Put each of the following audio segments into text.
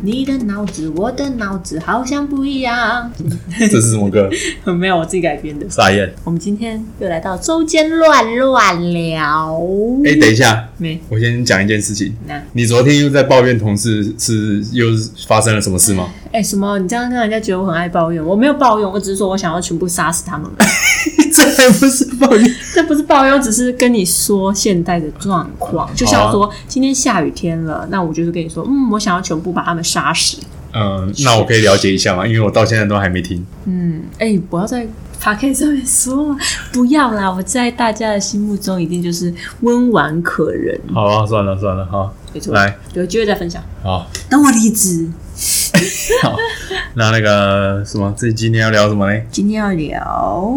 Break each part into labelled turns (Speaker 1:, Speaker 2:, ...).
Speaker 1: 你的脑子，我的脑子好像不一样。
Speaker 2: 这是什么歌？
Speaker 1: 没有，我自己改编的。
Speaker 2: 傻眼。
Speaker 1: 我们今天又来到周间乱乱聊。
Speaker 2: 哎、等一下，
Speaker 1: 没，
Speaker 2: 我先讲一件事情。
Speaker 1: 那
Speaker 2: 你昨天又在抱怨同事是又是发生了什么事吗？
Speaker 1: 哎、什么？你这样让人家觉得我很爱抱怨？我没有抱怨，我只是说我想要全部杀死他们。
Speaker 2: 这还不是抱怨？
Speaker 1: 这不是抱怨，我只是跟你说现在的状况。就像说、今天下雨天了，那我就是跟你说，嗯，我想要全部把他们杀死。
Speaker 2: 嗯，那我可以了解一下吗？因为我到现在都还没听。
Speaker 1: 嗯，哎、不要在 p o c a s t 上面说了，不要啦！我在大家的心目中一定就是温婉可人。
Speaker 2: 好啊，算了算了，好，
Speaker 1: 没错，
Speaker 2: 来，
Speaker 1: 有机会再分享。
Speaker 2: 好，
Speaker 1: 等我离职，
Speaker 2: 好。那那个什么，这今天要聊什么呢？
Speaker 1: 今天要聊，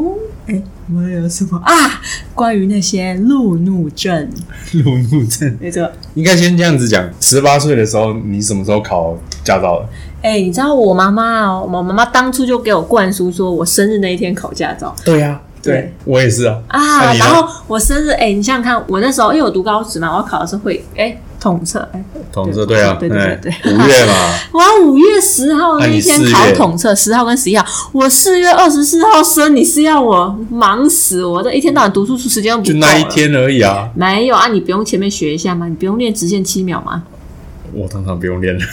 Speaker 1: 哎、我们要聊什么啊？关于那些路怒症。
Speaker 2: 路怒症。
Speaker 1: 没错，
Speaker 2: 应该先这样子讲，十八岁的时候，你什么时候考驾照的？
Speaker 1: 哎、你知道我妈妈哦，我妈妈当初就给我灌输说我生日那一天考驾照。
Speaker 2: 对呀、啊，
Speaker 1: 对
Speaker 2: 我也是啊。那
Speaker 1: 啊，
Speaker 2: 你呢
Speaker 1: 然后我生日，哎、你想想看，我那时候因为我读高职嘛，我考的是会，哎、统测，哎、
Speaker 2: 同志对啊，
Speaker 1: 对对对
Speaker 2: 哎五月嘛，
Speaker 1: 我要五月十号那一天
Speaker 2: 啊那你四
Speaker 1: 考
Speaker 2: 月
Speaker 1: 统测，十号跟十一号，我四月二十四号生，你是要我忙死我？这一天到晚读书时间都不
Speaker 2: 就
Speaker 1: 够啊
Speaker 2: 那一
Speaker 1: 了
Speaker 2: 天而已啊。
Speaker 1: 没有啊？你不用前面学一下吗？你不用练直线七秒吗？
Speaker 2: 我常常不用练了。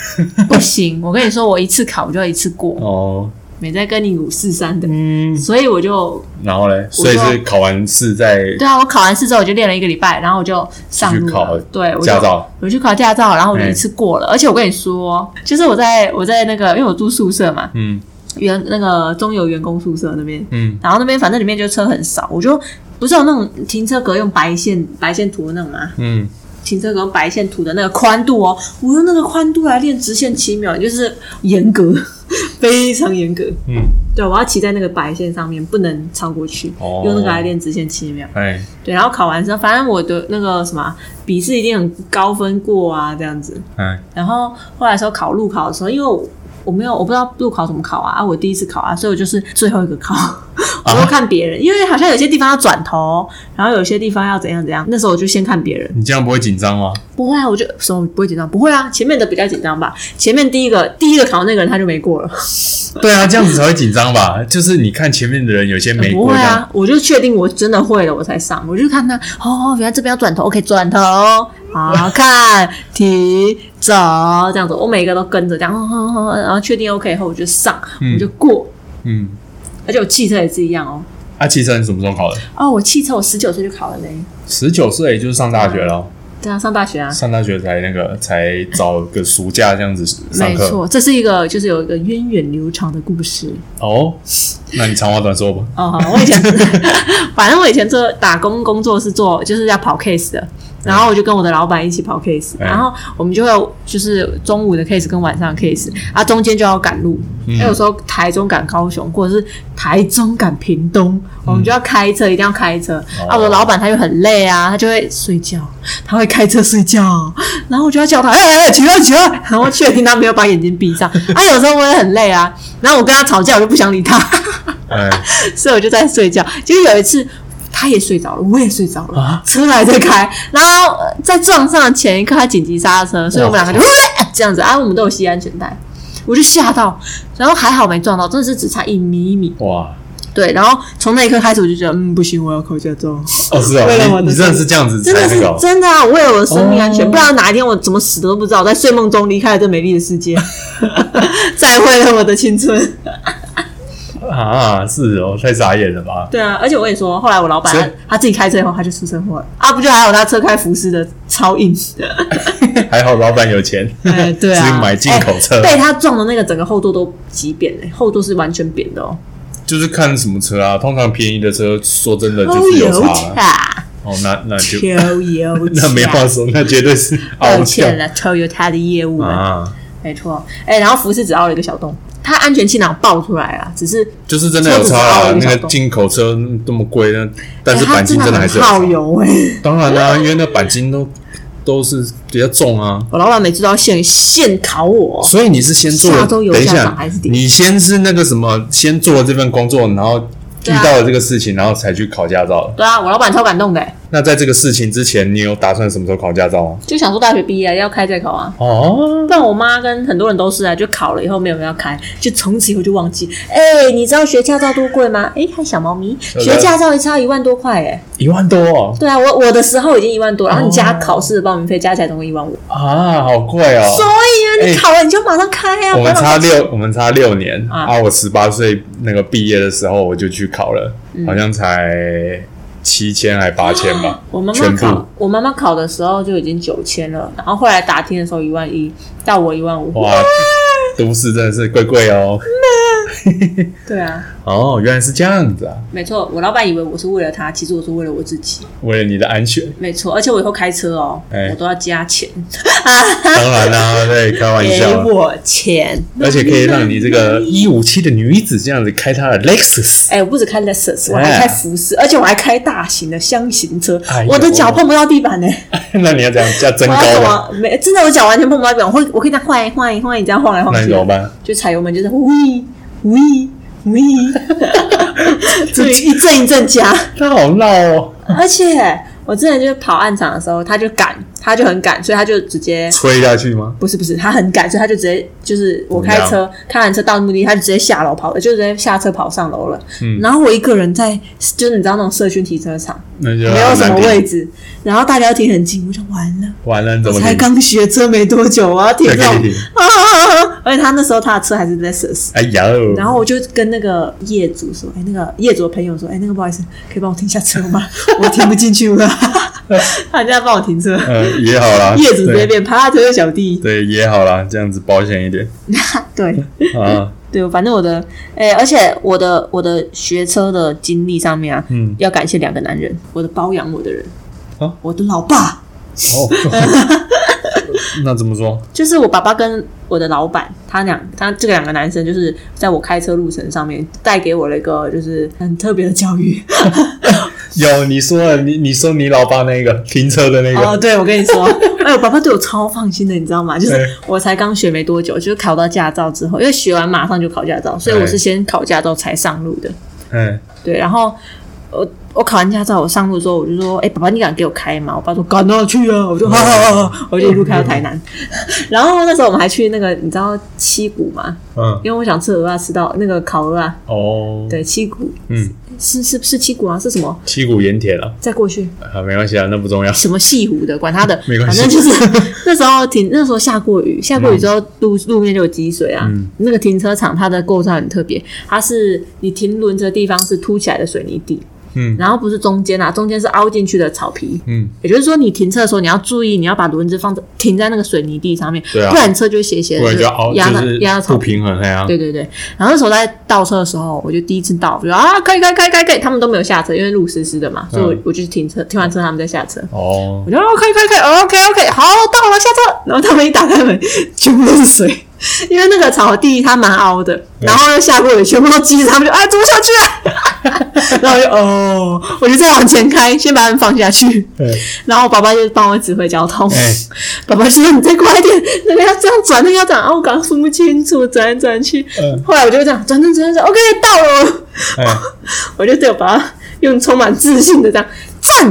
Speaker 1: 不行，我跟你说，我一次考我就要一次过，
Speaker 2: 哦，
Speaker 1: 没在跟你五四三的，
Speaker 2: 嗯，
Speaker 1: 所以我就
Speaker 2: 然后嘞，所以是考完试再
Speaker 1: 对啊，我考完试之后我就练了一个礼拜，然后我就上路
Speaker 2: 去考
Speaker 1: 了。对，我就
Speaker 2: 驾照，
Speaker 1: 我去考驾照，然后我就
Speaker 2: 嗯
Speaker 1: 一次过了。而且我跟你说，就是我在我在那个，因为我住宿舍嘛，
Speaker 2: 嗯
Speaker 1: 员那个中油员工宿舍那边，
Speaker 2: 嗯，
Speaker 1: 然后那边反正里面就车很少，我就不是有那种停车格用白线白线图的那种吗？
Speaker 2: 嗯，
Speaker 1: 停车格用白线图的那个宽度哦，我用那个宽度来练直线七秒，就是严格， 非常严格。
Speaker 2: 嗯，
Speaker 1: 对，啊我要骑在那个白线上面，不能超过去，
Speaker 2: 哦
Speaker 1: 用那个来练直线七秒。
Speaker 2: 哎，
Speaker 1: 对，然后考完之后，反正我的那个什么笔试一定很高分过啊，这样子。
Speaker 2: 哎，
Speaker 1: 然后后来说考路考的时候，因为我我没有我不知道路考怎么考啊，啊我第一次考啊，所以我就是最后一个考， 我都看别人，因为好像有些地方要转头，然后有些地方要怎样怎样，那时候我就先看别人。
Speaker 2: 你这样不会紧张吗？
Speaker 1: 不会啊，我就什么不会紧张，不会啊，前面的比较紧张吧，前面第一个第一个考那个人他就没过了，
Speaker 2: 对啊，这样子才会紧张吧？就是你看前面的人有些 没
Speaker 1: 不
Speaker 2: 过
Speaker 1: 会
Speaker 2: 这样，
Speaker 1: 啊，我就确定我真的会了，我才上，我就看他，哦，原来这边要转头，OK，转头，好看，停，走，这样子，我每个都跟着，这样，哦哦哦然后确定 OK 后，我就上，
Speaker 2: 嗯
Speaker 1: 我就过，
Speaker 2: 嗯，
Speaker 1: 而且我汽车也是一样哦。
Speaker 2: 啊，汽车你什么时候考的？
Speaker 1: 哦，我汽车我十九岁就考了呢。
Speaker 2: 十九岁就是上大学了，
Speaker 1: 对啊，上大学啊，
Speaker 2: 上大学才那个才找个暑假这样子上
Speaker 1: 没
Speaker 2: 课。
Speaker 1: 错，这是一个就是有一个源远流长的故事
Speaker 2: 哦，那你长话短说吧。
Speaker 1: 哦。好我以前反正我以前做打工工作是做就是要跑 case 的，然后我就跟我的老板一起跑 case，、
Speaker 2: 嗯
Speaker 1: 然后我们就会有就是中午的 case 跟晚上的 case，啊中间就要赶路，那、有时候台中赶高雄或者是台中赶屏东，我们就要开车，一定要开车。啊，我的老板他就很累啊，他就会睡觉，他会开车睡觉，然后我就要叫他，哎哎哎，起来起来，然后确定他没有把眼睛闭上。啊，有时候我也很累啊，然后我跟他吵架，我就不想理他，
Speaker 2: 哎，
Speaker 1: 所以我就在睡觉。其实有一次。他也睡着了，我也睡着了，
Speaker 2: 啊
Speaker 1: 车还在开，然后呃在撞上的前一刻，他紧急刹车，所以我们两
Speaker 2: 哦
Speaker 1: 个就 这样子啊，我们都有系安全带，我就吓到，然后还好没撞到，真的是只差一米一米，
Speaker 2: 哇，
Speaker 1: 对，然后从那一刻开始我就觉得，嗯，不行，我要考驾照，
Speaker 2: 哦是
Speaker 1: 为了
Speaker 2: 哦，
Speaker 1: 我
Speaker 2: 你
Speaker 1: 的
Speaker 2: 你真的是这样子
Speaker 1: 真的
Speaker 2: 才那
Speaker 1: 是
Speaker 2: 个哦。
Speaker 1: 真的啊！为了我的生命安全，
Speaker 2: 哦
Speaker 1: 不然哪一天我怎么死都不知道，我在睡梦中离开了这美丽的世界， 再会了我的青春。
Speaker 2: 啊，是哦，太傻眼了吧？
Speaker 1: 对啊，而且我跟你说，后来我老板
Speaker 2: 所以
Speaker 1: 他他自己开车以后，他就出车祸了啊！不就还有他车开福斯的超硬，
Speaker 2: 还好老板有钱，
Speaker 1: 哎，对
Speaker 2: 只
Speaker 1: 啊，
Speaker 2: 买进口车
Speaker 1: 哎被他撞的那个整个后座都挤扁了，后座是完全扁的哦，
Speaker 2: 就是看什么车啊。通常便宜的车，说真的 就是
Speaker 1: Oh,
Speaker 2: 有差了。
Speaker 1: 卡，
Speaker 2: 哦，那那就
Speaker 1: 抽油
Speaker 2: 那没话说，那绝对是啊
Speaker 1: 抱
Speaker 2: 凹
Speaker 1: 歉
Speaker 2: 陷
Speaker 1: 了，Toyota 的业务们。
Speaker 2: 啊。
Speaker 1: 没错，哎、然后福斯只凹了一个小洞，它安全气囊爆出来啊了，只是
Speaker 2: 就是真的有差
Speaker 1: 车子是
Speaker 2: 啦，
Speaker 1: 凹的
Speaker 2: 那个进口车这么贵，那但是
Speaker 1: 哎它
Speaker 2: 钣金真的还是
Speaker 1: 很
Speaker 2: 有差
Speaker 1: 耗。油哎、
Speaker 2: 当然啦、因为那钣金都都是比较重啊，
Speaker 1: 我老板每次都要现现考我，
Speaker 2: 所以你是先做了，
Speaker 1: 下周有
Speaker 2: 等一
Speaker 1: 下
Speaker 2: 下
Speaker 1: 场还是，跌
Speaker 2: 你先是那个什么，先做了这份工作，然后
Speaker 1: 对
Speaker 2: 遇
Speaker 1: 啊
Speaker 2: 到了这个事情，然后才去考驾照的。
Speaker 1: 对啊，我老板超感动的、哎
Speaker 2: 那在这个事情之前，你有打算什么时候考驾照吗？
Speaker 1: 就想说大学毕业要开再考啊。
Speaker 2: 哦，
Speaker 1: 不然我妈跟很多人都是啊，就考了以后没有人要开，就从此以后就忘记。哎、你知道学驾照多贵吗？哎、还小猫咪，
Speaker 2: 对啊
Speaker 1: 学驾照一次要一万多块哎、
Speaker 2: 一万多哦，
Speaker 1: 对啊，我我的时候已经一万多，然后你加考试的报名费加起来总共一万五。
Speaker 2: 啊，好哎贵哦。
Speaker 1: 所以啊，
Speaker 2: 哎
Speaker 1: 你考了你就马上开啊，
Speaker 2: 我
Speaker 1: 不然
Speaker 2: 们差六，我们差六年
Speaker 1: 啊
Speaker 2: 啊！我十八岁那个毕业的时候，我就去考了，
Speaker 1: 嗯
Speaker 2: 好像才七千还八千吧。
Speaker 1: 我妈妈
Speaker 2: 全部
Speaker 1: 考，我妈妈考的时候就已经九千了，然后后来打听的时候一万一，到我一万五。
Speaker 2: 哇，都市真的是贵贵哦。
Speaker 1: 对啊，
Speaker 2: 哦，原来是这样子啊！
Speaker 1: 没错，我老板以为我是为了他，其实我是为了我自己。
Speaker 2: 为了你的 安全，
Speaker 1: 没错，而且我以后开车哦，
Speaker 2: 哎
Speaker 1: 我都要加钱，
Speaker 2: 当然啦、对，开玩
Speaker 1: 给
Speaker 2: 笑，
Speaker 1: 我钱。
Speaker 2: 而且可以让你这个一五七的女子这样子开她的 Lexus，
Speaker 1: 哎、我不止开 Lexus，我
Speaker 2: 哎
Speaker 1: 还开福斯，而且我还开大型的箱型车，
Speaker 2: 哎呦
Speaker 1: 我的脚碰不到地板呢、
Speaker 2: 那你要这样加增
Speaker 1: 我
Speaker 2: 高
Speaker 1: 要怎
Speaker 2: 吗？
Speaker 1: 么？没，真的我脚完全碰不到地板，我会我可以这样晃一晃一晃一这样晃来晃
Speaker 2: 那
Speaker 1: 去
Speaker 2: 你
Speaker 1: 的
Speaker 2: 怎，么办？
Speaker 1: 就踩油门就是喂喂 喂，这一阵一阵加。
Speaker 2: 她好闹哦，
Speaker 1: 而且我之前就是跑暗场的时候，他就赶，他就很赶，所以他就直接
Speaker 2: 吹下去吗？
Speaker 1: 不是不是，他很赶，所以他就直接就是我开
Speaker 2: 怎么
Speaker 1: 车开完车到目的地，他就直接下楼跑了，就直接下车跑上楼了。
Speaker 2: 嗯
Speaker 1: 然后我一个人在，就是你知道那种社区停车场，
Speaker 2: 那就
Speaker 1: 没有什么
Speaker 2: 啊很难
Speaker 1: 位
Speaker 2: 听，
Speaker 1: 置，然后大家都停很近，我就完了，
Speaker 2: 完了你怎么
Speaker 1: 才
Speaker 2: 停？
Speaker 1: 刚学车没多久，我要停这
Speaker 2: 再给
Speaker 1: 种
Speaker 2: 你停
Speaker 1: 啊啊！啊而且他那时候他的车还是 Lexus。
Speaker 2: 哎呀，
Speaker 1: 然后我就跟那个业主说：“哎，那个业主的朋友说，哎，那个不好意思，可以帮我停下车 吗？我停不进去了。”他人家帮我停车，
Speaker 2: 嗯，也好 啦，
Speaker 1: 业主直接
Speaker 2: 对
Speaker 1: 变趴车小弟。
Speaker 2: 对也好啦，这样子保险一点
Speaker 1: 对，
Speaker 2: 啊。
Speaker 1: 对，反正我的，哎、而且我的我的学车的经历上面啊，
Speaker 2: 嗯
Speaker 1: 要感谢两个男人，我的包养我的人，
Speaker 2: 啊
Speaker 1: 我的老爸，
Speaker 2: 哦， 那怎么说？
Speaker 1: 就是我爸爸跟我的老板，他两他这两个男生，就是在我开车路程上面带给我了一个就是很特别的教育。
Speaker 2: 有你说了，你你说你老爸那个停车的那
Speaker 1: 哦，
Speaker 2: 个，
Speaker 1: 对，我跟你说， 哎，我爸爸对我超放心的，你知道吗？就是
Speaker 2: 对
Speaker 1: 我才刚学没多久，就是考到驾照之后，因为学完马上就考驾照，所以我是
Speaker 2: 对
Speaker 1: 先考驾照才上路的。
Speaker 2: 嗯，
Speaker 1: 对，然后我我考完驾照，我上路之后我就说，哎、爸爸，你敢给我开吗？我爸说敢啊，去啊！我就哈 哈哈哈，我就一路开到台南。 然后那时候我们还去那个你知道七股吗？
Speaker 2: 嗯，
Speaker 1: 因为我想吃鹅啊，吃到那个烤鹅啊，
Speaker 2: 哦，，
Speaker 1: 对，七股
Speaker 2: 嗯，
Speaker 1: 是是是七股啊，是什么？
Speaker 2: 七股盐铁了
Speaker 1: 再过去
Speaker 2: 啊，没关系啊，那不重要。
Speaker 1: 什么西湖的，管他的，
Speaker 2: 没关
Speaker 1: 反
Speaker 2: 系
Speaker 1: 正就是 那时候停，那时候下过雨，下过雨之后路路面就有积水啊。
Speaker 2: 嗯
Speaker 1: 那个停车场它的构造很特别，它是你停轮子的地方是凸起来的水泥地，
Speaker 2: 嗯
Speaker 1: 然后不是中间啊，中间是凹进去的草皮。
Speaker 2: 嗯，
Speaker 1: 也就是说，你停车的时候，你要注意，你要把轮子放在停在那个水泥地上面，
Speaker 2: 对啊
Speaker 1: 不然车就会斜斜的，
Speaker 2: 不然
Speaker 1: 就
Speaker 2: 就凹，
Speaker 1: 压
Speaker 2: 就
Speaker 1: 到
Speaker 2: 是
Speaker 1: 压到草
Speaker 2: 不
Speaker 1: 皮。
Speaker 2: 平衡，哎呀，
Speaker 1: 对对对。然后那时候在倒车的时候，我就第一次倒，我就啊，可以可以可以可以可以，他们都没有下车，因为路湿湿的嘛，所以我
Speaker 2: 嗯
Speaker 1: 我就停车，停完车他们再下车。
Speaker 2: 哦，
Speaker 1: 我就 OK OK OK OK OK，好，到了，下车。然后他们一打开门，全部都是水，因为那个草地它蛮凹的，然后又下过雨，全部都积着，他们就哎，怎么下去啊？然 后我就哦，我就再往前开，先把他们放下去。
Speaker 2: 对，
Speaker 1: 然后我爸爸就帮我指挥交通，
Speaker 2: 哎
Speaker 1: 爸爸就说你再快一点，那个要这样转，那个要这样。啊，我刚刚分不清楚，转来转去。
Speaker 2: 嗯
Speaker 1: 后来我就这样转转转转，OK 到了。
Speaker 2: 哎，
Speaker 1: 我就对我爸爸用充满自信的这样赞，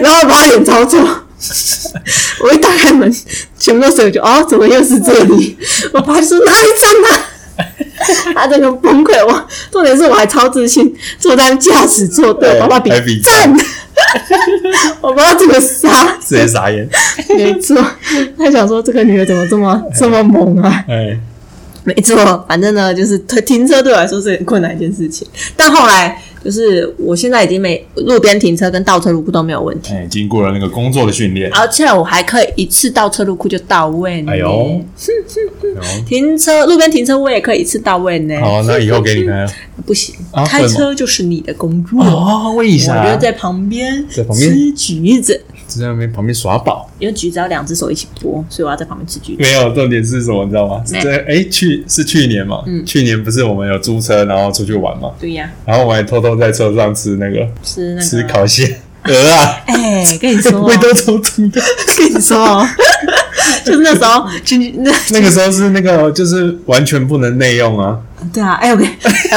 Speaker 1: 然后我把他脸朝左，我一打开门，全部都是我就哦，怎么又是这里？我爸就说哪里赞啊？他整个崩溃。我重点是我还超自信，坐在驾驶座对我爸爸比
Speaker 2: 还比
Speaker 1: 赞， 我爸爸这个傻，
Speaker 2: 直接傻眼，
Speaker 1: 没错，他想说这个女的怎么这么这么猛啊？
Speaker 2: 哎，
Speaker 1: 没错，反正呢，就是停停车对我来说是很困难一件事情。但后来就是我现在已经没路边停车跟倒车入库都没有问题，
Speaker 2: 哎，经过了那个工作的训练，
Speaker 1: 而且我还可以一次倒车入库就到位呢。
Speaker 2: 哎呦，
Speaker 1: 停车路边停车我也可以一次到位呢。
Speaker 2: 哦好，那以后给你看
Speaker 1: 不行，
Speaker 2: 啊
Speaker 1: 开车就是你的工作。
Speaker 2: 哦，为
Speaker 1: 我就在旁边
Speaker 2: 在旁边
Speaker 1: 吃橘子，
Speaker 2: 就在那边旁边耍宝？
Speaker 1: 因为橘子要两只手一起剥，所以我要在旁边吃橘子。
Speaker 2: 没有，重点是什么，你知道吗？
Speaker 1: 没嗯
Speaker 2: 是在哎，去是去年嘛，去年不是我们有租车，然后出去玩嘛，
Speaker 1: 对呀、
Speaker 2: 然后我还偷偷在车上吃那个
Speaker 1: 吃那个
Speaker 2: 吃。烤蟹，鹅 啊，
Speaker 1: 哎、跟你说 哦，
Speaker 2: 味道超 重的。
Speaker 1: 跟你说哦， 就是那时候，就那
Speaker 2: 那个时候是那个就是完全不能内用啊，
Speaker 1: 对 啊，哎、哦我跟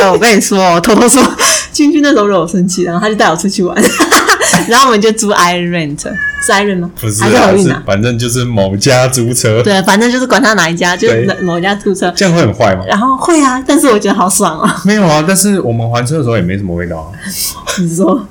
Speaker 1: 哎、我跟你说，我偷偷说，君君那时候惹我生气，然后他就带我出去玩， 然后我们就租 i rent，是 i rent 吗？
Speaker 2: 不是
Speaker 1: 还是
Speaker 2: 啊，
Speaker 1: 合运
Speaker 2: 是
Speaker 1: 啊？
Speaker 2: 反正就是某家租车，
Speaker 1: 对，啊反正就是管他哪一家，就是
Speaker 2: 对
Speaker 1: 某家租车。
Speaker 2: 这样会 很坏吗？
Speaker 1: 然后会啊，但是我觉得好爽哦。
Speaker 2: 没有啊，但是我们还车的时候也没什么味道啊。
Speaker 1: 你说，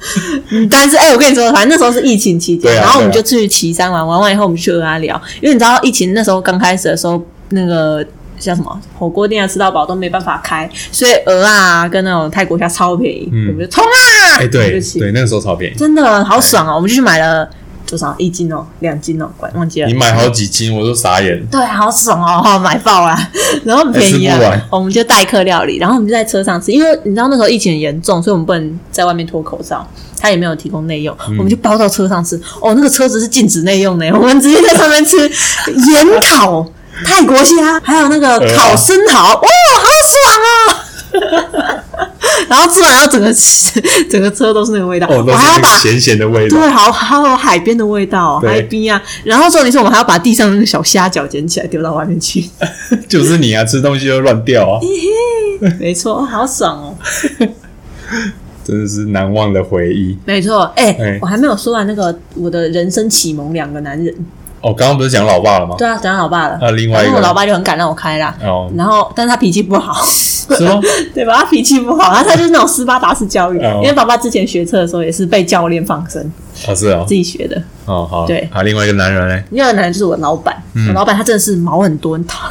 Speaker 1: 嗯但是哎、我跟你说，反正那时候是疫情期间，
Speaker 2: 对啊
Speaker 1: 然后我们就
Speaker 2: 对啊
Speaker 1: 去岐山玩，玩完以后我们去鹅阿寮，因为你知道疫情那时候刚开始的时候，那个叫什么火锅店啊、吃到饱都没办法开，所以鹅啊跟那种泰国虾超便宜，
Speaker 2: 嗯
Speaker 1: 我们就冲啊！
Speaker 2: 哎，对
Speaker 1: 对不起
Speaker 2: 对，那个时候 超便宜，
Speaker 1: 真的好爽哦！我们就去买了多少一斤哦，两斤哦，管忘记了
Speaker 2: 你。买好几斤，我都傻眼。
Speaker 1: 对，好爽哦，哈买爆啦， 然后很便宜
Speaker 2: 哎吃不
Speaker 1: 啊
Speaker 2: 完，
Speaker 1: 我们就代客料理，然后我们就在车上吃，因为你知道那时候疫情很严重，所以我们不能在外面脱口罩，他也没有提供内用，
Speaker 2: 嗯
Speaker 1: 我们就包到车上吃。哦，那个车子是禁止内用的，我 们直接在上面吃盐烤泰国虾，还有那个
Speaker 2: 对啊
Speaker 1: 烤生蚝，哦，好爽哦！ 然后吃 完后，整个整个车都是那个味道，
Speaker 2: 哦，
Speaker 1: 我
Speaker 2: 都是
Speaker 1: 还要
Speaker 2: 那
Speaker 1: 把
Speaker 2: 个咸咸的味道。
Speaker 1: 对，好好有海边的味道、哦，
Speaker 2: 对
Speaker 1: 海边啊。然后重点是我们还要把地上那个小虾饺捡起来丢到外面 去，
Speaker 2: 就是你啊，吃东西就乱掉 啊，
Speaker 1: 没错，好爽哦，
Speaker 2: 真的是难忘的回忆。
Speaker 1: 没错。哎、
Speaker 2: 哎
Speaker 1: 我还没有说完那个我的人生启蒙两个男人，
Speaker 2: 哦，刚刚不是讲老爸了吗？
Speaker 1: 对啊，讲到老爸了，
Speaker 2: 啊另外一个
Speaker 1: 然后我老爸就很敢啊让我开啦。
Speaker 2: 哦，
Speaker 1: 然后，但是他脾气不好，
Speaker 2: 是吗？
Speaker 1: 对吧？他脾气不好，然后他就是那种斯巴达式教育。
Speaker 2: 哦
Speaker 1: 因为爸爸之前学车的时候也是被教练放生，
Speaker 2: 哦，是哦
Speaker 1: 自，己学的。
Speaker 2: 哦
Speaker 1: 嗯
Speaker 2: 好，
Speaker 1: 对
Speaker 2: 啊，另外一个男人嘞，
Speaker 1: 第二个男人就是我老板，
Speaker 2: 嗯
Speaker 1: 我老板他真的是毛很多，很讨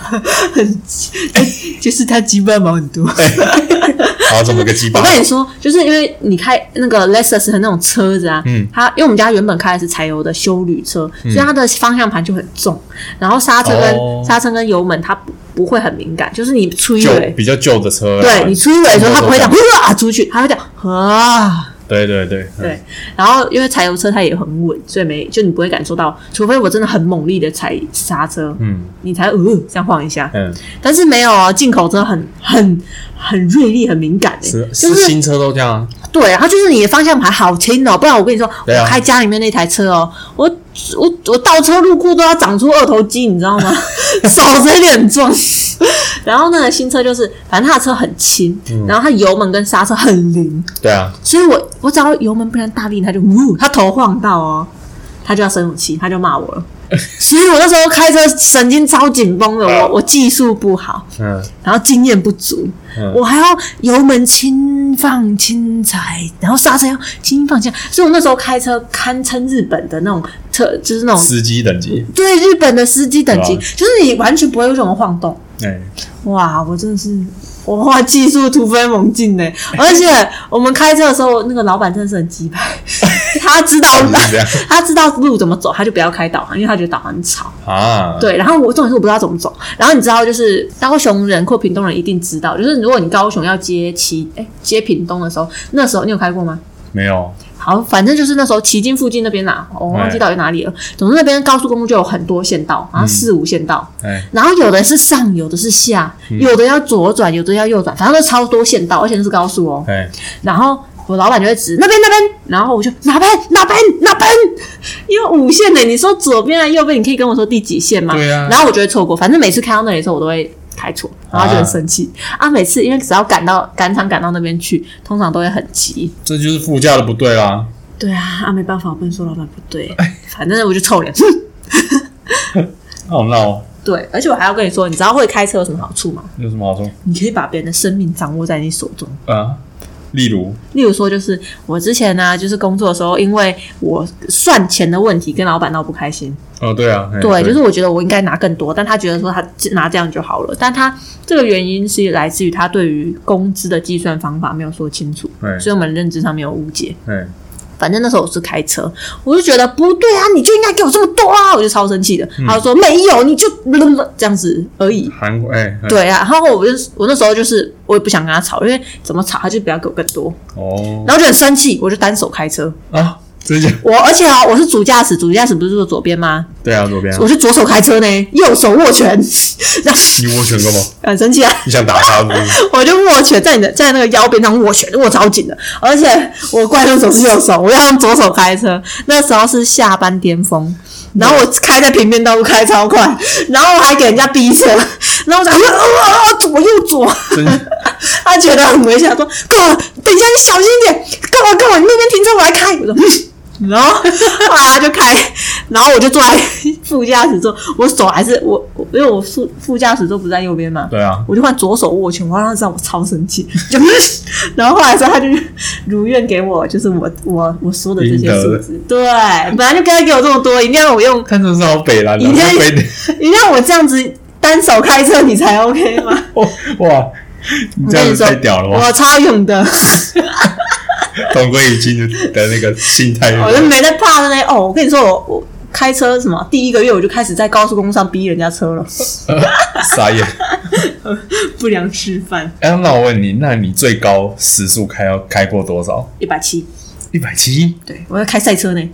Speaker 1: 很， 就是他鸡巴毛很多。
Speaker 2: 好，啊怎么个鸡巴
Speaker 1: 我？跟你说，就是因为你开那个 Lexus 的那种车子啊，
Speaker 2: 嗯
Speaker 1: 它因为我们家原本开的是柴油的修旅车，所以它的方向盘就很重，然后刹车跟
Speaker 2: 哦
Speaker 1: 刹车跟油门它不不会很敏感，就是你吹
Speaker 2: 旧
Speaker 1: 尾，
Speaker 2: 比较旧的车啊啦，
Speaker 1: 对你吹尾的时候，它不会讲
Speaker 2: 中国
Speaker 1: 哇出去，它会讲啊。
Speaker 2: 对对对，嗯
Speaker 1: 对，然后因为柴油车它也很稳，所以没就你不会感受到，除非我真的很猛力的踩刹车，
Speaker 2: 嗯
Speaker 1: 你才呃这样晃一下。
Speaker 2: 嗯，
Speaker 1: 但是没有哦，进口车很很很锐利，很敏感、欸，
Speaker 2: 是
Speaker 1: 就是
Speaker 2: 新车都这样啊，
Speaker 1: 对，它就是你的方向盘好轻哦，不然我跟你说，
Speaker 2: 对啊
Speaker 1: 我开家里面那台车哦，我我我倒车入库都要长出二头肌，你知道 吗？手真的很重。然后呢，新车就是，反正它的车很轻，
Speaker 2: 嗯
Speaker 1: 然后它油门跟刹车很灵，
Speaker 2: 对啊，
Speaker 1: 所以我我只要油门不然大力，它就呜，它头晃到哦，它就要生我气，它就骂我 了。所以我那时候开车神经超紧绷的，
Speaker 2: 啊
Speaker 1: 我我技术不好，
Speaker 2: 嗯
Speaker 1: 然后经验不足，
Speaker 2: 嗯
Speaker 1: 我还要油门轻放轻踩，然后刹车要轻放轻踩，所以我那时候开车堪称日本的那种车，就是那种
Speaker 2: 司机等级，
Speaker 1: 对日本的司机等级，
Speaker 2: 对啊
Speaker 1: 就是你完全不会有什么晃动。
Speaker 2: 哎，
Speaker 1: 哇，我真的是我哇，技术突飞猛进呢！而且我们开车的时候，那个老板真的是很 鸡掰，他知道
Speaker 2: 是这样
Speaker 1: 他知道路怎么走，他就不要开导航，因为他觉得导航很吵。
Speaker 2: 啊，
Speaker 1: 对，然后我重点是我不知道怎么走。然后你知道，就是高雄人或屏东人一定知道，就是如果你高雄要接旗，哎，接屏东的时候，那时候你有开过吗？
Speaker 2: 没有，
Speaker 1: 好，反正就是那时候旗津附近那边啦、我忘记到底哪里了。总之那边高速公路就有很多县道，好像四五县道，
Speaker 2: 哎，
Speaker 1: 然后有的是上，有的是下，有的要左转，有的要右转，反正都超多县道，而且那是高速哦。
Speaker 2: 哎，
Speaker 1: 然后我老板就会指那边那边，然后我就哪边哪边哪边，因为五线呢，你说左边啊右边，你可以跟我说第几线吗？
Speaker 2: 对啊
Speaker 1: 然后我就会错过，反正每次开到那里的时候，我都会开错，然后就很生气啊每次因为只要赶到赶场赶到那边去，通常都会很急。
Speaker 2: 这就是副驾的不对啦，
Speaker 1: 对啊，啊没办法，我不能说老板不对， 反正我就臭脸。
Speaker 2: 好闹，
Speaker 1: 对，而且我还要跟你说，你知道会开车有什么好处吗？
Speaker 2: 有什么好说？
Speaker 1: 你可以把别人的生命掌握在你手中。
Speaker 2: 啊，例如，
Speaker 1: 例如说，就是我之前呢、就是工作的时候，因为我算钱的问题跟老板闹不开心。
Speaker 2: 哦，对啊，哎
Speaker 1: 对，就是我觉得我应该拿更多，但他觉得说他拿这样就好了。但他这个原因是来自于他对于工资的计算方法没有说清楚，
Speaker 2: 哎
Speaker 1: 所以我们认知上面有误解。
Speaker 2: 哎，
Speaker 1: 反正那时候我是开车，我就觉得不对啊，你就应该给我这么多啊，我就超生气的。
Speaker 2: 嗯
Speaker 1: 他就说没有，你就嗯这样子而已。
Speaker 2: 韩国，哎，哎，
Speaker 1: 对啊，然后我就我那时候就是我也不想跟他吵，因为怎么吵他就不要给我更多，
Speaker 2: 哦，
Speaker 1: 然后就很生气，我就单手开车。
Speaker 2: 啊，真假？
Speaker 1: 我而且啊，我是主驾驶，主驾驶不是坐左边吗？
Speaker 2: 对啊，左边啊，
Speaker 1: 我是左手开车呢，右手握拳， 然后
Speaker 2: 你握拳干嘛？
Speaker 1: 很生气啊，
Speaker 2: 你想打他是不 是？
Speaker 1: 我就握拳在你的在那个腰边上握拳，握超紧的，而且我惯用手是右手，我要用左手开车。那时候是下班巅峰，然后我开在平面道路开超快，然后我还给人家逼车，然后我想啊啊左右左。
Speaker 2: 真
Speaker 1: 他觉得很危险，他说够了，等一下你小心一点，够了够了，你那边停车我来开。我说嗯然后后来他就开，然后我就坐在副驾驶座，我手还是我，我因为我副副驾驶座不是在右边嘛，
Speaker 2: 对啊，
Speaker 1: 我就换左手握拳，我让他知道我超生 气，就是然后后来之后他就如愿给我，就是我我我说的这些数字，对，本来就该给我这么多，一定要我用，
Speaker 2: 看真是好北蓝的，
Speaker 1: 你看
Speaker 2: 好北
Speaker 1: 一定要我这样子单手开车你才 OK 吗？
Speaker 2: 哦哇，你
Speaker 1: 我
Speaker 2: 这
Speaker 1: 跟
Speaker 2: 样
Speaker 1: 你
Speaker 2: 子
Speaker 1: 说
Speaker 2: 太屌了，哇！
Speaker 1: 我超勇的，
Speaker 2: 同归于尽的那个心态，
Speaker 1: 我就没在怕的呢。哦，我跟你说，我我开车什么第一个月我就开始在高速公路上逼人家车了，
Speaker 2: 傻眼。
Speaker 1: 不良示范，
Speaker 2: 哎，那我问你，那你最高时速开要开过多少？
Speaker 1: 一百七，
Speaker 2: 一百七？
Speaker 1: 对我在开赛车呢。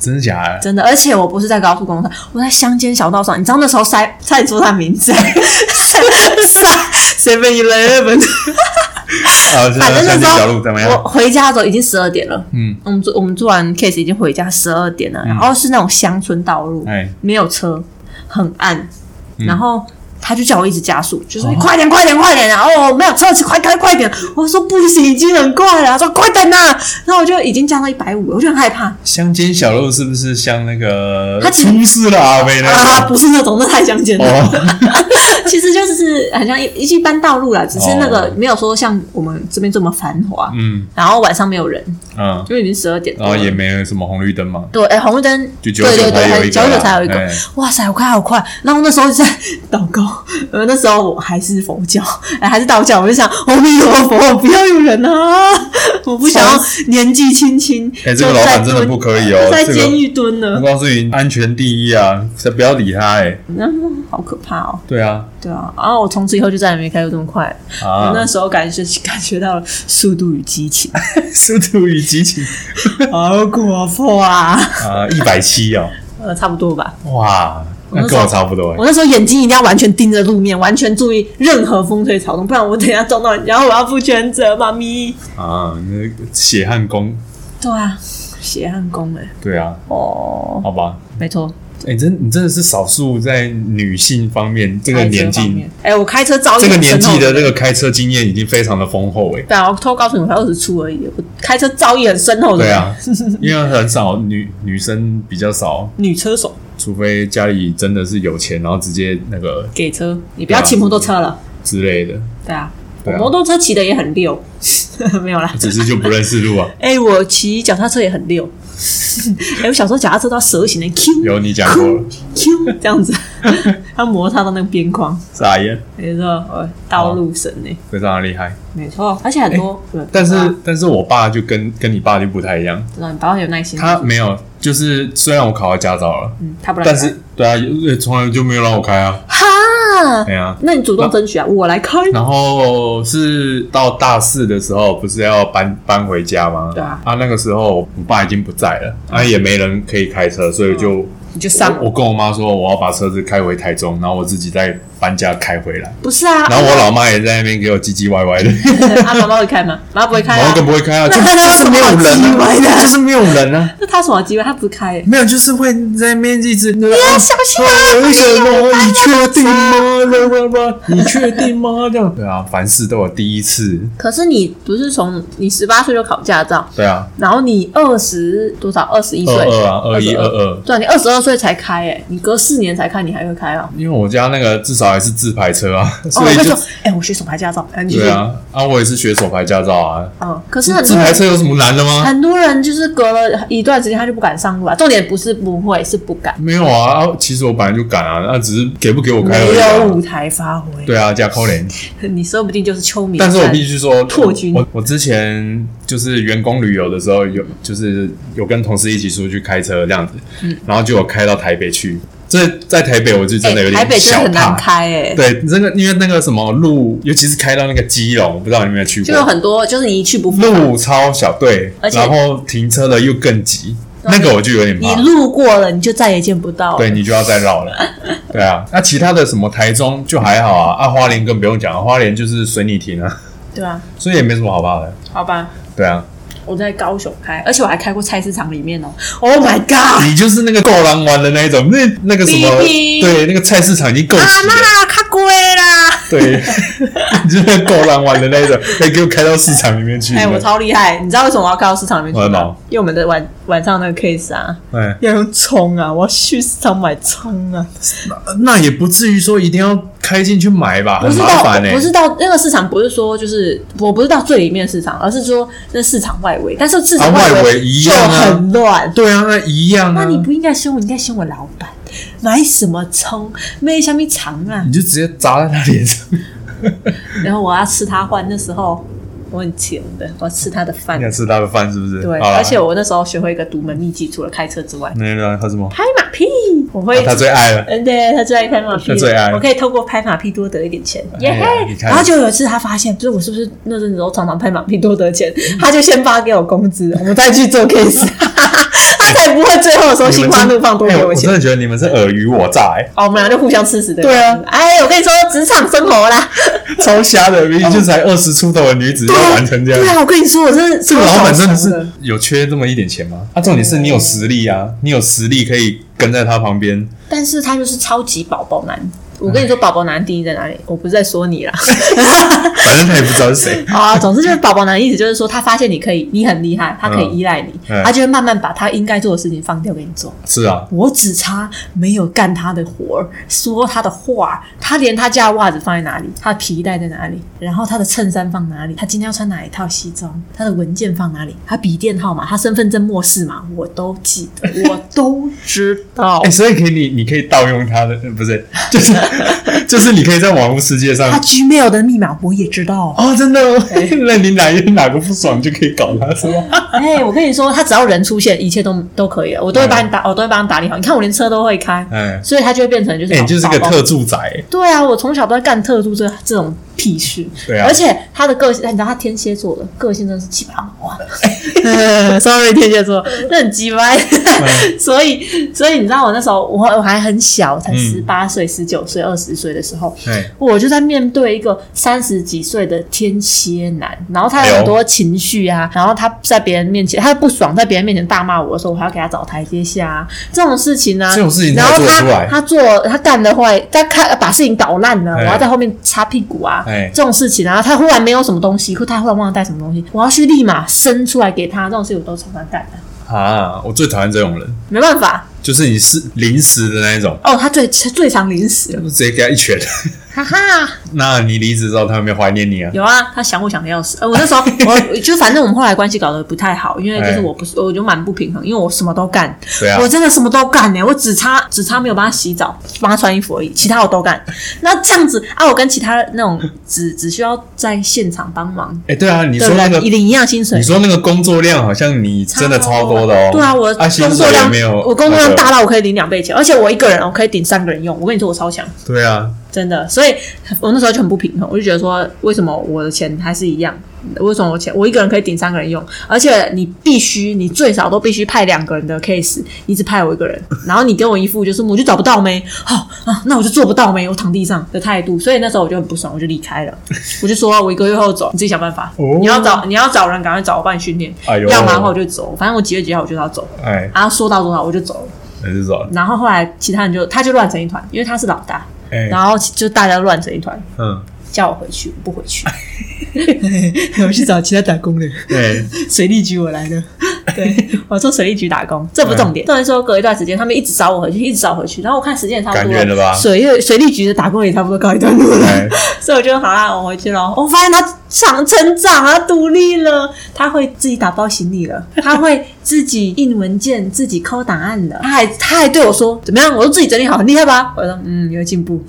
Speaker 2: 真的假的？
Speaker 1: 真的，而且我不是在高速公路上，我在乡间小道上。你知道那时候塞差点说他名 字，Seven Eleven。
Speaker 2: 啊，现
Speaker 1: 反
Speaker 2: 在
Speaker 1: 正那
Speaker 2: 乡
Speaker 1: 时
Speaker 2: 间小路怎么
Speaker 1: 候
Speaker 2: 样？
Speaker 1: 我回家的时候已经十二点了。
Speaker 2: 嗯，
Speaker 1: 我们做我们做完 case 已经回家十二点了，然后是那种乡村道路，
Speaker 2: 哎，
Speaker 1: 没有车，很暗，然后。他就叫我一直加速，就说
Speaker 2: 嗯哦
Speaker 1: 你快点、快点、快点啊！哦，没有车，快开快点！我说不行，已经很快了。他说快点呐、然后我就已经降到一百五了，我就很害怕。
Speaker 2: 乡间小路是不是像那个
Speaker 1: 它其实
Speaker 2: 出事了阿飞
Speaker 1: 啊，
Speaker 2: 那种？
Speaker 1: 不是那种，那太乡间了。
Speaker 2: 哎哦，
Speaker 1: 其实就是很像一一般道路啦，只是那个
Speaker 2: 哦
Speaker 1: 没有说像我们这边这么繁华。
Speaker 2: 嗯
Speaker 1: 然后晚上没有人，
Speaker 2: 嗯，
Speaker 1: 因为已经十二点多
Speaker 2: 然
Speaker 1: 了。
Speaker 2: 后也没有什么红绿灯嘛，
Speaker 1: 对，哎，红绿灯，
Speaker 2: 就
Speaker 1: 对
Speaker 2: 九九
Speaker 1: 对
Speaker 2: 才
Speaker 1: 对，还
Speaker 2: 有一个，
Speaker 1: 九九才有一个
Speaker 2: 哎。
Speaker 1: 哇塞，好快好快！然后那时候就在祷告，呃，那时候我还是佛教，哎，还是道教，我就想，阿弥陀佛，不要有人啊！我不想要年纪轻轻
Speaker 2: 哎，
Speaker 1: 就
Speaker 2: 这个老
Speaker 1: 在
Speaker 2: 板真的
Speaker 1: 蹲
Speaker 2: 不可以哦，
Speaker 1: 在
Speaker 2: 这
Speaker 1: 监
Speaker 2: 个嗯
Speaker 1: 狱蹲
Speaker 2: 不
Speaker 1: 了，
Speaker 2: 光是安全第一啊，不要理他哎。
Speaker 1: 嗯，好可怕哦！
Speaker 2: 对啊，
Speaker 1: 对啊，然后我从此以后就再也没开过这么快了。
Speaker 2: 啊，
Speaker 1: 那时候感觉 感觉到了《速度与激情》，
Speaker 2: 速度与激情
Speaker 1: 好可怕、啊！
Speaker 2: 啊，一百七哦，
Speaker 1: 呃，差不多吧。
Speaker 2: 哇，
Speaker 1: 我那
Speaker 2: 那
Speaker 1: 时
Speaker 2: 跟
Speaker 1: 候
Speaker 2: 我差不多欸。
Speaker 1: 我那时候眼睛一定要完全盯着路面，完全注意任何风吹草动，不然我等一下撞到你，然后我要负全责，妈咪。
Speaker 2: 啊，那个血汗工，
Speaker 1: 对啊，血汗工哎、
Speaker 2: 对啊，
Speaker 1: 哦，
Speaker 2: 好吧，
Speaker 1: 没错，
Speaker 2: 哎、真你真的是少数在女性方面这
Speaker 1: 这
Speaker 2: 个年纪，
Speaker 1: 哎、我开车早已
Speaker 2: 这个年纪
Speaker 1: 很深
Speaker 2: 的
Speaker 1: 厚
Speaker 2: 这个开车经验已经非常的丰厚哎、
Speaker 1: 对啊，我偷告诉你，我才二十出而已，我开车造诣很深厚的。
Speaker 2: 对啊，因为很少女女生比较少，
Speaker 1: 女车手
Speaker 2: 除非家里真的是有钱，然后直接那个
Speaker 1: 给车，你不要骑摩托车了。
Speaker 2: 之类的，
Speaker 1: 对啊，我
Speaker 2: 啊对啊
Speaker 1: 摩托车骑的也很溜， 没有啦。
Speaker 2: 只是就不认识路啊。
Speaker 1: 哎、我骑脚踏车也很溜。 哎、我小时候脚踏车都要蛇形的 Q
Speaker 2: 有你讲过了，
Speaker 1: Q 这样子， 它摩擦到那个边框，
Speaker 2: 傻眼，
Speaker 1: 没错，呃道路神欸呢、
Speaker 2: 非常的厉害。
Speaker 1: 没错，而且很多。对
Speaker 2: 但是、
Speaker 1: 对啊
Speaker 2: 但是我爸就跟跟你爸就不太一样，
Speaker 1: 知道你爸爸有耐心，
Speaker 2: 他没有，就是虽然我考到驾照了，
Speaker 1: 嗯他不来
Speaker 2: 但是对啊，也从来就没有让我开啊，
Speaker 1: 哈，
Speaker 2: 对啊。
Speaker 1: 那你主动争取啊，我来开。
Speaker 2: 然后是到大四的时候，不是要搬搬回家吗？
Speaker 1: 对啊
Speaker 2: 啊，那个时候我爸已经不在了，啊，也没人可以开车，所以就、
Speaker 1: 你就哦上
Speaker 2: 我我跟我妈说，我要把车子开回台中，然后我自己再搬家开回来。
Speaker 1: 不是啊，
Speaker 2: 然后我老妈也在那边给我唧唧歪 歪的，
Speaker 1: 他啊妈妈会开吗？妈妈不会开
Speaker 2: 然
Speaker 1: 啊
Speaker 2: 后。更不会开 啊，就
Speaker 1: 那她
Speaker 2: 就
Speaker 1: 有
Speaker 2: 是
Speaker 1: 什么
Speaker 2: 没有人
Speaker 1: 好唧歪
Speaker 2: 啊，
Speaker 1: 的
Speaker 2: 就是没有人啊，
Speaker 1: 那他什么机会？他不开、欸
Speaker 2: 没有，就是会在那边一直那个
Speaker 1: 不
Speaker 2: 啊
Speaker 1: 要小心啊！
Speaker 2: 为什么？你确定吗？啦啦啦你确定吗？这样对啊，凡事都有第一次。
Speaker 1: 可是你不是从你十八岁就考驾照，
Speaker 2: 对啊，
Speaker 1: 然后你二十多少？二十一岁，
Speaker 2: 二二啊，二一二二。
Speaker 1: 对啊，你二十二岁才开哎、你隔四年才开，你还会开啊？
Speaker 2: 因为我家那个至少还是自排车啊，
Speaker 1: 哦，
Speaker 2: 所以
Speaker 1: 我就
Speaker 2: 就
Speaker 1: 说，哎、我学手牌驾照，哎，你
Speaker 2: 对
Speaker 1: 就，
Speaker 2: 啊，啊，我也是学手牌驾照啊。
Speaker 1: 嗯，可是很
Speaker 2: 自
Speaker 1: 多
Speaker 2: 排
Speaker 1: 人
Speaker 2: 车有什么难的 吗？
Speaker 1: 很多人就是隔了一段时间他就不敢上路啊。重点不是不会，是不敢，
Speaker 2: 没有啊，啊，其实我本来就敢啊，那只是给不给我开而
Speaker 1: 没
Speaker 2: 已
Speaker 1: 有
Speaker 2: 啊。
Speaker 1: 舞台发挥，
Speaker 2: 对啊，加扣脸。
Speaker 1: 你说不定就是秋名山。
Speaker 2: 但是我必须说，
Speaker 1: 拓军
Speaker 2: 我我之前就是员工旅游的时候，有就是有跟同事一起出去开车这样子，
Speaker 1: 嗯
Speaker 2: 然后就有开到台北去。这在台北我就真的有
Speaker 1: 哎台
Speaker 2: 点
Speaker 1: 北真
Speaker 2: 小
Speaker 1: 的很
Speaker 2: 怕。
Speaker 1: 难开哎、
Speaker 2: 对，那个因为那个什么路，尤其是开到那个基隆，不知道你有没有去
Speaker 1: 就有
Speaker 2: 过，
Speaker 1: 很多就是你一去不复返，
Speaker 2: 路超小，对
Speaker 1: 而，且
Speaker 2: 然后停车的又更急，那个我就有点
Speaker 1: 你
Speaker 2: 怕。
Speaker 1: 路过了你就再也见不到。
Speaker 2: 对，你就要再绕了，对啊，那其他的什么台中就还好啊，啊花莲更不用讲了，花莲就是随你停啊，
Speaker 1: 对啊，
Speaker 2: 所以也没什么好怕的，
Speaker 1: 好吧，
Speaker 2: 对啊。
Speaker 1: 我在高雄开，而且我还开过菜市场里面哦。Oh my god！
Speaker 2: 你 就是那个够狼玩的那一种，那那个什么，
Speaker 1: 哔哔
Speaker 2: 对，那个菜市场已经够
Speaker 1: 啊
Speaker 2: 齐了，
Speaker 1: 那卡贵啦！
Speaker 2: 对， 就是狗狼玩的那种，可以给我开到市场里面去。
Speaker 1: 哎、我超厉害！你知道为什么我要开到市场里面
Speaker 2: 为
Speaker 1: 去
Speaker 2: 什
Speaker 1: 吗
Speaker 2: 么？
Speaker 1: 因为我们的晚晚上那个 case 啊，
Speaker 2: 哎，
Speaker 1: 要用葱啊，我要去市场买葱啊。
Speaker 2: 那也不至于说一定要开进去买吧，
Speaker 1: 不
Speaker 2: 很
Speaker 1: 是
Speaker 2: 麻
Speaker 1: 到
Speaker 2: 烦欸呢、
Speaker 1: 不是到那个市场，不是说就是我不是到最里面的市场，而是说那市场外围，但是市场
Speaker 2: 啊外围
Speaker 1: 围
Speaker 2: 一
Speaker 1: 就
Speaker 2: 样啊
Speaker 1: 很乱。
Speaker 2: 对啊，那一样
Speaker 1: 那
Speaker 2: 啊。
Speaker 1: 你不应该凶我，你应该凶我老板。买什么葱？买什么肠啊？
Speaker 2: 你就直接砸在他脸上，
Speaker 1: 然后我要吃他饭，那时候我很穷的，我要吃他的饭
Speaker 2: 你要。吃他的饭是不是？
Speaker 1: 对，
Speaker 2: 好啦
Speaker 1: 而且我那时候学会一个独门秘籍，除了开车之外，
Speaker 2: 那个他什么？啊
Speaker 1: 拍马屁，我会
Speaker 2: 他最 爱了，
Speaker 1: 嗯，对他最爱拍马屁了，
Speaker 2: 他最爱
Speaker 1: 我可以透过拍马屁多得一点钱，耶、
Speaker 2: 哎呀你看
Speaker 1: 然后就有一次他发现，就是我是不是那阵子都常常拍马屁多得钱，他就先发给我工资， 我们再去做 case，他才不会最后的时候
Speaker 2: 你
Speaker 1: 心
Speaker 2: 们
Speaker 1: 花
Speaker 2: 真
Speaker 1: 怒放多
Speaker 2: 哎
Speaker 1: 给
Speaker 2: 我
Speaker 1: 我
Speaker 2: 真
Speaker 1: 钱。
Speaker 2: 的觉得你们是尔虞我诈、哎，
Speaker 1: 哦，我们俩就互相吃屎的。
Speaker 2: 对啊，
Speaker 1: 哎，我跟你说，职场生活啦，
Speaker 2: 超瞎的，明明就才二十出头的女子就
Speaker 1: 对啊
Speaker 2: 玩成这样
Speaker 1: 对。啊，我跟你说，我真的这
Speaker 2: 这个老板真的是有缺这么一点钱吗？啊，重点是你有实力啊，你有实力可以跟在他旁边。
Speaker 1: 但是他就是超级宝宝男。我跟你
Speaker 2: 哎
Speaker 1: 说，宝宝男的定义在哪里？我不是在说 你啦。。
Speaker 2: 反正他也不知道是谁
Speaker 1: 好 啊，总之就是宝宝男的意思就是说，他发现你可以，你很厉害，他可以依赖你，
Speaker 2: 嗯嗯
Speaker 1: 他就会慢慢把他应该做的事情放掉给你做。
Speaker 2: 是啊，
Speaker 1: 我只差没有干他的活儿，说他的话儿，他连他家的袜子放在哪里，他的皮带在哪里，然后他的衬衫放哪里，他今天要穿哪一套西装，他的文件放哪里，他笔电号码，他身份证末世码，我都记得， 我都知道
Speaker 2: 哎、。所以可以你你可以盗用他的，呃不是，就是 就是你可以在网络世界上
Speaker 1: 他哎 Gmail 的密码我也知 道，
Speaker 2: 哦，真的哦，那你哪一哪个不爽就可以搞他是 吗？
Speaker 1: 哎、我跟你说，他只要人出现，一切都都可以了。我都会把你打，我都会帮你打理好。你看，我连车都会开，
Speaker 2: 哎、
Speaker 1: 所以他就会变成就是
Speaker 2: 哎、你就是个
Speaker 1: 宝宝
Speaker 2: 特助宅、哎
Speaker 1: 对啊，我从小都在干特助这这种屁事。
Speaker 2: 对啊
Speaker 1: 而且他的个性，你知道他天蝎座的个性真的是鸡巴毛啊。Sorry，天 蝎座，那很鸡巴。 所以，所以你知道我那时候我我还很小，才
Speaker 2: 嗯
Speaker 1: 十八岁、十九岁、二十岁的时候。
Speaker 2: 哎，
Speaker 1: 我就在面对一个三十几岁的天蝎男，然后他
Speaker 2: 哎
Speaker 1: 有
Speaker 2: 呦
Speaker 1: 很多情绪啊，然后他在别人面前，他不爽，在别人面前大骂我的时候，我还要给他找台阶下、啊，这种事情呢、啊，
Speaker 2: 这种事情
Speaker 1: 然
Speaker 2: 他
Speaker 1: 后
Speaker 2: 做得出
Speaker 1: 他
Speaker 2: 来
Speaker 1: 他做他干的坏，他看把事情搞烂了，
Speaker 2: 哎
Speaker 1: 我要在后面擦屁股啊，
Speaker 2: 哎
Speaker 1: 这种事情啊，他忽然没有什么东西，或他忽然忘了带什么东西，我要去立马伸出来给他，这种事情我都常常干的，
Speaker 2: 啊，我最讨厌这种人，
Speaker 1: 没办法
Speaker 2: 就是你是临时的那一种，
Speaker 1: 哦，他最最常临时了，
Speaker 2: 就直接给他一拳。
Speaker 1: 哈哈。
Speaker 2: 那你离职之后，他有没有怀念你啊？
Speaker 1: 有啊，他想我想的要死。呃，我那时 候我就反正我们后来关系搞得不太好，因为就是
Speaker 2: 哎
Speaker 1: 我不是我就蛮不平衡，因为我什么都干，
Speaker 2: 对啊
Speaker 1: 我真的什么都干欸呢、我只差只差没有帮他洗澡、帮他穿衣服而已，其他我都 干。那这样子啊，我跟其他那种只只需要在现场帮忙
Speaker 2: 哎、对啊，你
Speaker 1: 的
Speaker 2: 说那
Speaker 1: 人
Speaker 2: 个
Speaker 1: 领一样薪水
Speaker 2: 你。说那个工作量好像你真的超多的哦。
Speaker 1: 对啊，我
Speaker 2: 啊薪
Speaker 1: 工
Speaker 2: 水
Speaker 1: 作量、
Speaker 2: 也没有，
Speaker 1: 我工作量大
Speaker 2: 了。
Speaker 1: 到我可以领两倍钱，而且我一个人我可以顶三个人用。我跟你说，我超强。
Speaker 2: 对啊，
Speaker 1: 真的，所以我那时候就很不平衡，我就觉得说，为什么我的钱还是一样？为什么我钱我一个人可以顶三个人用？而且你必须，你最少都必须派两个人的 case，你只派我一个人，然后你跟我一副就是我就找不到没， 哦啊，那我就做不到没，我躺地上的态度。所以那时候我就很不爽，我就离开了，我就说我一个月后走，你自己想办法。
Speaker 2: 哦
Speaker 1: 你要找你要找人，赶快找我帮你训练，
Speaker 2: 哎呦
Speaker 1: 要不然的话我就走，反正我几月几号我就要走，
Speaker 2: 哎，
Speaker 1: 然后说到多少我就走了。
Speaker 2: 还是说，
Speaker 1: 然后后来其他人就他就乱成一团，因为他是老大。
Speaker 2: 哎，
Speaker 1: 然后就大家乱成一团，
Speaker 2: 嗯，
Speaker 1: 叫我回去，我不回去， 我去找其他打工的，
Speaker 2: 对，
Speaker 1: 水利局我来的。嗯对，我做水利局打工，这不重点。重点说隔一段时间，他们一直找我回去，一直找我回去。然后我看时间也差不
Speaker 2: 甘
Speaker 1: 多
Speaker 2: 愿了吧
Speaker 1: 水利水利局的打工也差不多告一段落了，
Speaker 2: 哎，
Speaker 1: 所以我就好啦，我回去了。我发现他长成长，他独立啊了，他会自己打包行李了，他会自己印文件、自己抠档案了。他还他还对我说怎么样？我都自己整理好，很厉害吧？我说嗯，有进 步，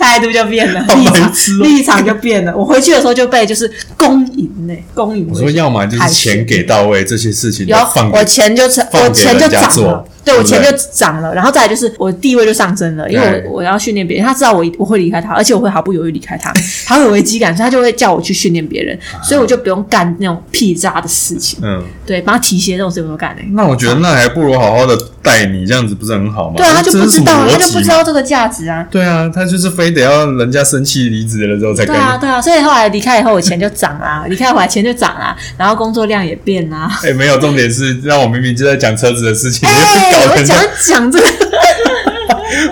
Speaker 1: 态度就变了，
Speaker 2: 好
Speaker 1: 立
Speaker 2: 白
Speaker 1: 场
Speaker 2: 痴哦
Speaker 1: 立场就变了。我回去的时候就被就是公赢呢、公赢回
Speaker 2: 我
Speaker 1: 去。
Speaker 2: 说要么就是钱给到位，这些事情
Speaker 1: 有啊
Speaker 2: 都放
Speaker 1: 我
Speaker 2: 过。
Speaker 1: 钱就成，
Speaker 2: 放
Speaker 1: 我
Speaker 2: 给
Speaker 1: 钱就
Speaker 2: 人家
Speaker 1: 涨了
Speaker 2: 做，
Speaker 1: 对我
Speaker 2: 对
Speaker 1: 钱
Speaker 2: 不
Speaker 1: 就
Speaker 2: 对
Speaker 1: 涨了，然后再来就是我地位就上升了，因为
Speaker 2: 对
Speaker 1: 我我要训练别人，他知道我一我会离开他，而且我会毫不犹豫离开他，他会有危机感，所以他就会叫我去训练别人，
Speaker 2: 啊
Speaker 1: 所以我就不用干那种屁渣的事情，
Speaker 2: 嗯，
Speaker 1: 对，帮他提鞋这种事情我都干嘞、
Speaker 2: 那我觉得那还不如好好的带你，这样子不是很好吗？
Speaker 1: 对啊，他就
Speaker 2: 这
Speaker 1: 不
Speaker 2: 是
Speaker 1: 知道，
Speaker 2: 什
Speaker 1: 他就
Speaker 2: 么逻
Speaker 1: 不
Speaker 2: 辑
Speaker 1: 知
Speaker 2: 嘛
Speaker 1: 道这个价值啊。
Speaker 2: 对啊，他就是非得要人家生气离职了之后才跟
Speaker 1: 对
Speaker 2: 你。
Speaker 1: 啊，对啊，所以后来离开以后，我钱就涨啦，离开回来钱就涨啦，然后工作量也变啦。
Speaker 2: 哎，没有，重点是让我明明就在讲车子的事情，你就
Speaker 1: 哎、
Speaker 2: 搞
Speaker 1: 我
Speaker 2: 成这
Speaker 1: 讲
Speaker 2: 样
Speaker 1: 讲这个，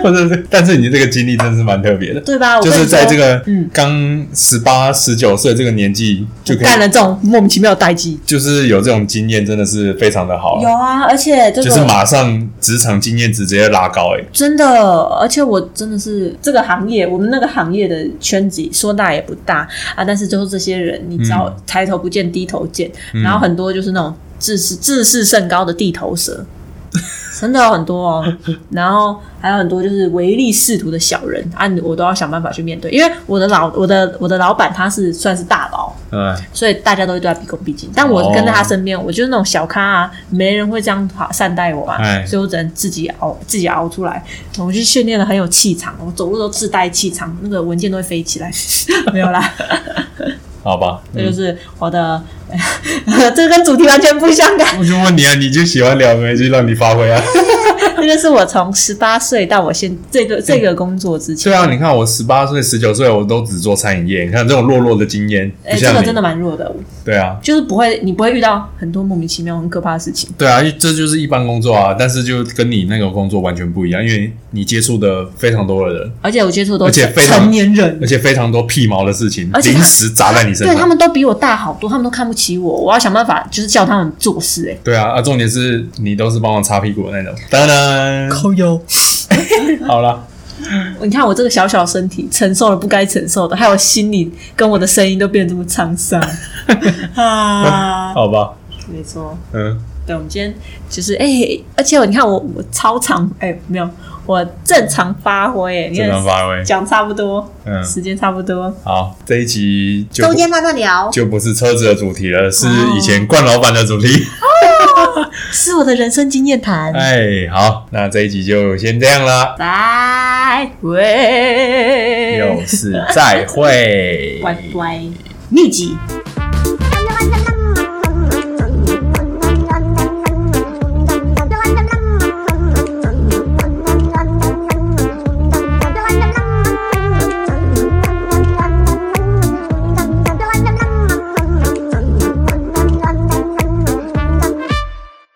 Speaker 2: 或者是，但是你这个经历真是蛮特别的，
Speaker 1: 对吧？我
Speaker 2: 就
Speaker 1: 跟你
Speaker 2: 是在
Speaker 1: 说
Speaker 2: 这个
Speaker 1: 嗯，
Speaker 2: 刚十八、十九岁这个年纪就可以
Speaker 1: 干了这种莫名其妙的代际。
Speaker 2: 就是有这种经验，真的是非常的好
Speaker 1: 有，啊，而且这
Speaker 2: 就是
Speaker 1: 个
Speaker 2: 马上职场经验值直接拉高、欸，
Speaker 1: 真的，而且我真的是这个行业，我们那个行业的圈子说大也不大啊，但是就是这些人，你只要
Speaker 2: 嗯
Speaker 1: 抬头不见低头见，然后很多就是那种自视自视甚高的地头 蛇，真的有很多哦。然后还有很多就是唯利是图的小人啊，我都要想办法去面对，因为我的老我的我的老板他是算是大佬，
Speaker 2: 嗯，
Speaker 1: 所以大家都会对他毕恭毕敬。但
Speaker 2: 哦
Speaker 1: 我跟在他身边，我就是那种小咖啊，没人会这样善待我啊
Speaker 2: 哎，
Speaker 1: 所以我只能自己熬，自己熬出来。我就训练的很有气场，我走路都自带气场，那个文件都会飞起来。 没有
Speaker 2: 嗯
Speaker 1: 啦，
Speaker 2: 好吧，
Speaker 1: 这
Speaker 2: 嗯
Speaker 1: 就，是我的， 这跟主题完全不相干。
Speaker 2: 我就问你啊，你就喜欢聊没就让你发 挥啊。
Speaker 1: 这就是我从十八岁到我现这个这个工作之前
Speaker 2: 嗯对，啊，你看我十八岁、十九岁，我都只做餐饮业，你看这种落落的经验，
Speaker 1: 哎，
Speaker 2: 不
Speaker 1: 这
Speaker 2: 像
Speaker 1: 个
Speaker 2: 你，
Speaker 1: 真的蛮弱的，
Speaker 2: 对啊，
Speaker 1: 就是不会，你不会遇到很多莫名其妙、很可怕的事情。
Speaker 2: 对啊，这就是一般工作啊，但是就跟你那个工作完全不一样，因为你接触的非常多的人，
Speaker 1: 而且我接触的都
Speaker 2: 而且
Speaker 1: 是
Speaker 2: 非常
Speaker 1: 成年人，
Speaker 2: 而且非常多屁毛的事情
Speaker 1: 而且
Speaker 2: 临时砸在你身
Speaker 1: 对他
Speaker 2: 上。
Speaker 1: 们都比我大好多，他们都看不起我，我要想办法就是叫他们做事、欸。
Speaker 2: 对啊，啊，重点是你都是帮我擦屁股的那种。当然，
Speaker 1: 抠油，
Speaker 2: 好了，
Speaker 1: 你看我这个小小身体承受了不该承受的，还有心理跟我的声音都变得这么沧桑啊！
Speaker 2: 好吧，
Speaker 1: 没错，
Speaker 2: 嗯，
Speaker 1: 对，我们今天就是哎、欸而且我你看我我超常哎、没有，我正常发挥哎、你
Speaker 2: 正常
Speaker 1: 看
Speaker 2: 发挥。
Speaker 1: 讲差不多，
Speaker 2: 嗯，
Speaker 1: 时间差不多，
Speaker 2: 好，这一集就
Speaker 1: 中间慢慢聊，
Speaker 2: 就不是车子的主题了，是
Speaker 1: 哦
Speaker 2: 以前冠老板的主题。
Speaker 1: 是我的人生经验谈。
Speaker 2: 哎，好，那这一集就先这样啦，
Speaker 1: 拜喂，哎
Speaker 2: 又是再会
Speaker 1: 。乖乖，秘籍。